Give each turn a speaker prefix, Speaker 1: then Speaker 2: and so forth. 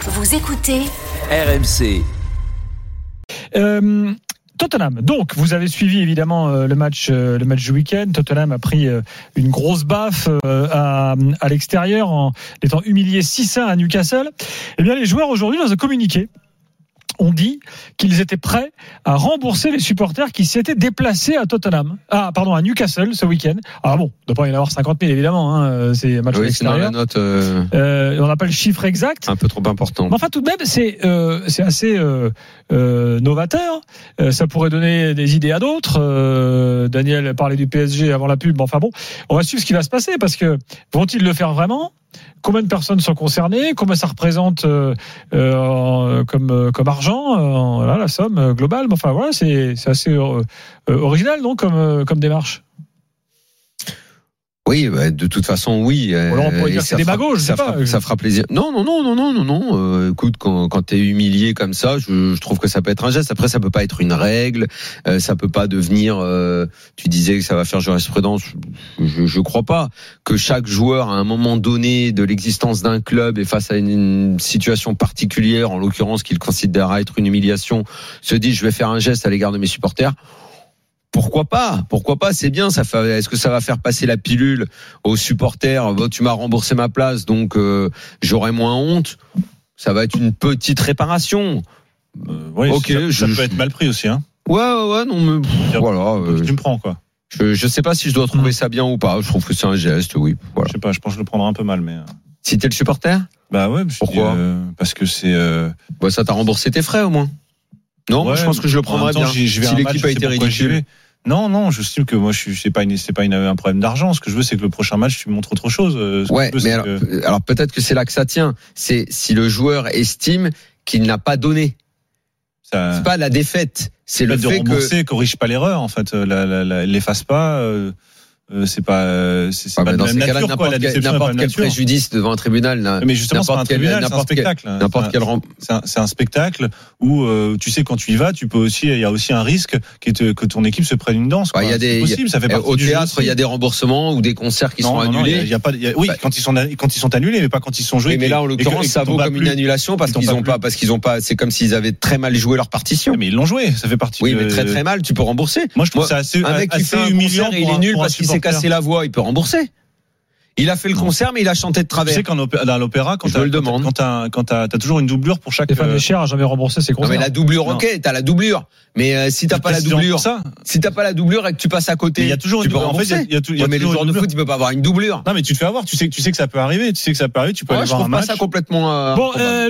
Speaker 1: Vous écoutez
Speaker 2: RMC.
Speaker 3: Euh, Tottenham. Donc, vous avez suivi évidemment euh, le match, euh, le match du week-end. Tottenham a pris euh, une grosse baffe euh, à, à l'extérieur en étant humilié 6-1 à Newcastle. Eh bien, les joueurs aujourd'hui dans un communiqué ont dit qu'ils étaient prêts à rembourser les supporters qui s'étaient déplacés à Tottenham, ah pardon à Newcastle ce week-end. Ah bon, il doit pas y en avoir 50 000 évidemment. Hein, c'est un match à
Speaker 4: Oui, sinon la
Speaker 3: l'extérieur.
Speaker 4: note euh,
Speaker 3: Euh, on n'a pas le chiffre exact.
Speaker 4: un peu trop importante.
Speaker 3: Mais enfin, tout de même, c'est euh, c'est assez euh, euh, novateur. Euh, ça pourrait donner des idées à d'autres. Euh, Daniel parlait du PSG avant la pub. Enfin bon, on va suivre ce qui va se passer parce que vont-ils le faire vraiment Combien de personnes sont concernées Combien ça représente euh, euh, en- comme, euh, comme argent euh, en- voilà, La somme euh, globale. Mais Enfin voilà, c'est c'est assez euh, euh, original, non Comme, euh, comme démarche.
Speaker 4: Oui, bah, de toute façon, oui. euh,
Speaker 3: alors on pourrait
Speaker 4: et
Speaker 3: dire que c'est
Speaker 4: ça
Speaker 3: des
Speaker 4: fera-
Speaker 3: magots, je sais
Speaker 4: ça
Speaker 3: pas.
Speaker 4: fera- Ça fera plaisir. Non, non, non, non, non, non, non. Euh, écoute, quand, quand t'es humilié comme ça, je, je trouve que ça peut être un geste. Après, ça peut pas être une règle. euh, ça peut pas devenir. euh, tu disais que ça va faire jurisprudence. Je, je crois pas que chaque joueur, à un moment donné de l'existence d'un club et face à une, une situation particulière, en l'occurrence qu'il considérera être une humiliation, se dit je vais faire un geste à l'égard de mes supporters. Pourquoi pas Pourquoi pas C'est bien. Ça fait. Est-ce que ça va faire passer la pilule aux supporters Bah, Tu m'as remboursé ma place, donc euh, j'aurai moins honte. Ça va être une petite réparation.
Speaker 5: Euh, ouais,
Speaker 4: Ok,
Speaker 5: ça, ça
Speaker 4: je-
Speaker 5: peut être mal pris aussi. Hein.
Speaker 4: Ouais, ouais, ouais, non, mais pff,
Speaker 5: Dire-
Speaker 4: voilà. euh,
Speaker 5: Tu Mmh. me prends quoi
Speaker 4: je, je sais pas si je dois trouver ça bien ou pas. Je trouve que c'est un geste, oui. Voilà.
Speaker 5: Je sais pas, je pense que je le prendrai un peu mal, mais. euh,
Speaker 4: Si t'es le supporter,
Speaker 5: Bah ouais, je me suis dit,
Speaker 4: Pourquoi
Speaker 5: euh, Parce que c'est. euh,
Speaker 4: bah, ça t'a remboursé tes frais au moins. Non, moi,
Speaker 5: ouais,
Speaker 4: je pense que je le
Speaker 5: en
Speaker 4: prendrais
Speaker 5: même temps,
Speaker 4: bien.
Speaker 5: j'y- Je vais à
Speaker 4: si
Speaker 5: un match,
Speaker 4: l'équipe a
Speaker 5: je sais
Speaker 4: été
Speaker 5: pourquoi j'y
Speaker 4: ridicule.
Speaker 5: vais. Non, non, je sais que moi, je suis- c'est pas, une- c'est pas une- un problème d'argent. Ce que je veux, c'est que le prochain match, tu montres autre chose. Euh, ce que
Speaker 4: Ouais,
Speaker 5: je veux,
Speaker 4: mais
Speaker 5: c'est
Speaker 4: alors,
Speaker 5: que-
Speaker 4: euh, alors peut-être que c'est là que ça tient. C'est si le joueur estime qu'il n'a pas donné.
Speaker 5: ça-
Speaker 4: C'est pas la défaite, c'est
Speaker 5: le
Speaker 4: le
Speaker 5: fait de
Speaker 4: fait que.
Speaker 5: rembourser, corrige pas l'erreur en fait, euh, la, la, la- l'efface pas. euh, euh, c'est pas, euh, c'est, c'est
Speaker 4: Ouais,
Speaker 5: pas
Speaker 4: Ah, mais
Speaker 5: de
Speaker 4: dans
Speaker 5: même
Speaker 4: ces cas-là,
Speaker 5: nature quoi.
Speaker 4: n'importe
Speaker 5: La
Speaker 4: quel,
Speaker 5: déception est pas
Speaker 4: n'importe
Speaker 5: de même
Speaker 4: quel
Speaker 5: nature.
Speaker 4: préjudice devant un tribunal, n'a-
Speaker 5: Mais justement, c'est pas un
Speaker 4: n'importe quel-
Speaker 5: tribunal, c'est un
Speaker 4: n'importe quel-
Speaker 5: spectacle. hein. C'est
Speaker 4: n'importe
Speaker 5: un-
Speaker 4: quel rem-
Speaker 5: c'est un, c'est un spectacle où euh, tu sais quand tu y vas, tu peux aussi, il y a aussi un risque qui est, euh, que ton équipe se prenne une danse.
Speaker 4: Bah,
Speaker 5: quoi.
Speaker 4: il y a
Speaker 5: C'est
Speaker 4: des-
Speaker 5: possible, ça fait
Speaker 4: Eh,
Speaker 5: partie
Speaker 4: Au
Speaker 5: du jeu
Speaker 4: théâtre,
Speaker 5: aussi.
Speaker 4: il y a des remboursements ou des concerts qui
Speaker 5: Non,
Speaker 4: sont
Speaker 5: non, non,
Speaker 4: annulés.
Speaker 5: il y a- il y a pas, il y a- oui,
Speaker 4: Bah,
Speaker 5: quand ils sont, quand ils sont annulés, mais pas quand ils sont joués.
Speaker 4: Oui, mais là, en
Speaker 5: Et que-
Speaker 4: l'occurrence,
Speaker 5: et que
Speaker 4: ça
Speaker 5: t'en
Speaker 4: vaut
Speaker 5: bats
Speaker 4: comme
Speaker 5: plus.
Speaker 4: une annulation parce
Speaker 5: Ils t'ont
Speaker 4: qu'ils
Speaker 5: pas
Speaker 4: ont
Speaker 5: plu.
Speaker 4: pas, parce qu'ils ont pas, c'est comme s'ils avaient très mal joué leur partition.
Speaker 5: Mais ils l'ont joué, ça fait partie.
Speaker 4: Oui,
Speaker 5: de-
Speaker 4: mais très très mal, tu peux rembourser.
Speaker 5: Moi, je trouve
Speaker 4: Moi,
Speaker 5: ça assez,
Speaker 4: Un mec qui
Speaker 5: assez
Speaker 4: fait un
Speaker 5: humiliant.
Speaker 4: concert et il
Speaker 5: pour
Speaker 4: est
Speaker 5: un-
Speaker 4: nul
Speaker 5: pour un
Speaker 4: parce qu'il s'est
Speaker 5: supporter.
Speaker 4: cassé la voix, il peut rembourser. Il a fait le
Speaker 5: Non.
Speaker 4: concert, mais il a chanté de
Speaker 5: Tu
Speaker 4: travers.
Speaker 5: sais qu'en opé- dans l'opéra, quand
Speaker 4: Je
Speaker 5: t'as-
Speaker 4: me le demande.
Speaker 5: quand t'as quand t'as- t'as toujours une doublure pour chaque.
Speaker 3: Stéphane
Speaker 5: euh,
Speaker 3: Lécher a jamais remboursé ses
Speaker 4: Non, mais
Speaker 3: concerts.
Speaker 4: la doublure, ok, t'as la doublure. Mais euh, si t'as pas la
Speaker 5: président pour
Speaker 4: doublure,
Speaker 5: Ça.
Speaker 4: si t'as pas la doublure et que tu passes à
Speaker 5: Mais
Speaker 4: côté,
Speaker 5: Il y a toujours
Speaker 4: tu
Speaker 5: une
Speaker 4: peux
Speaker 5: doublure. En fait, il y a-
Speaker 4: rembourser.
Speaker 5: il y a tout- il y a
Speaker 4: Ouais, mais le
Speaker 5: toujours une
Speaker 4: joueur de
Speaker 5: doublure.
Speaker 4: foot, il peut pas avoir une doublure.
Speaker 5: Non, mais tu te fais avoir. Tu sais, tu sais que ça peut arriver. Tu sais que ça peut arriver. Tu peux
Speaker 4: Ouais,
Speaker 5: aller
Speaker 4: je
Speaker 5: voir un
Speaker 4: trouve pas
Speaker 5: match.
Speaker 4: ça complètement. euh,
Speaker 3: Bon,
Speaker 4: improbable.
Speaker 3: euh,